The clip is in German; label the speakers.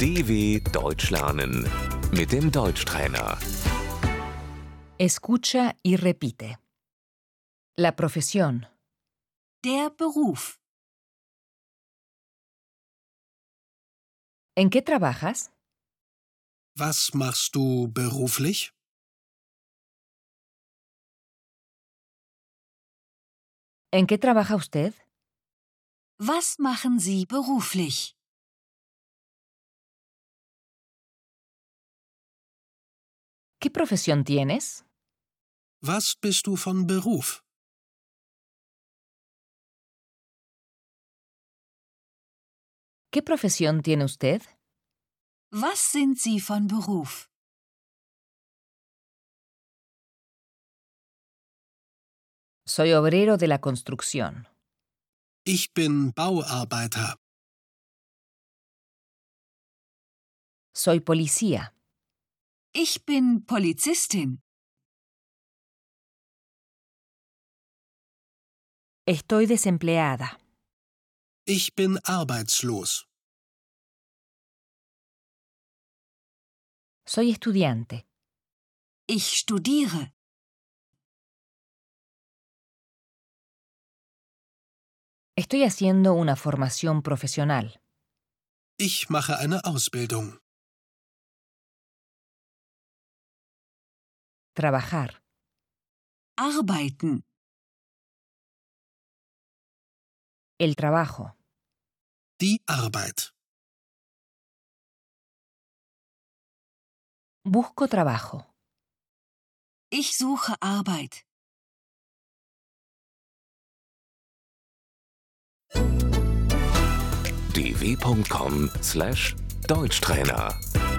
Speaker 1: DW Deutsch lernen mit dem Deutschtrainer.
Speaker 2: Escucha y repite. La profesión.
Speaker 3: Der Beruf.
Speaker 2: ¿En qué trabajas?
Speaker 4: Was machst du beruflich?
Speaker 2: ¿En qué trabaja usted?
Speaker 3: Was machen Sie beruflich?
Speaker 2: ¿Qué profesión tienes?
Speaker 4: Was bist du von Beruf?
Speaker 2: ¿Qué profesión tiene usted?
Speaker 3: Was sind Sie von Beruf?
Speaker 2: Soy obrero de la construcción.
Speaker 4: Ich bin Bauarbeiter.
Speaker 2: Soy policía.
Speaker 3: Ich bin Polizistin.
Speaker 2: Estoy desempleada.
Speaker 4: Ich bin arbeitslos.
Speaker 2: Soy estudiante.
Speaker 3: Ich studiere.
Speaker 2: Estoy haciendo una formación profesional.
Speaker 4: Ich mache eine Ausbildung.
Speaker 2: Trabajar.
Speaker 3: Arbeiten.
Speaker 2: El trabajo.
Speaker 4: Die Arbeit.
Speaker 2: Busco trabajo.
Speaker 3: Ich suche Arbeit.
Speaker 1: dw.com/deutschtrainer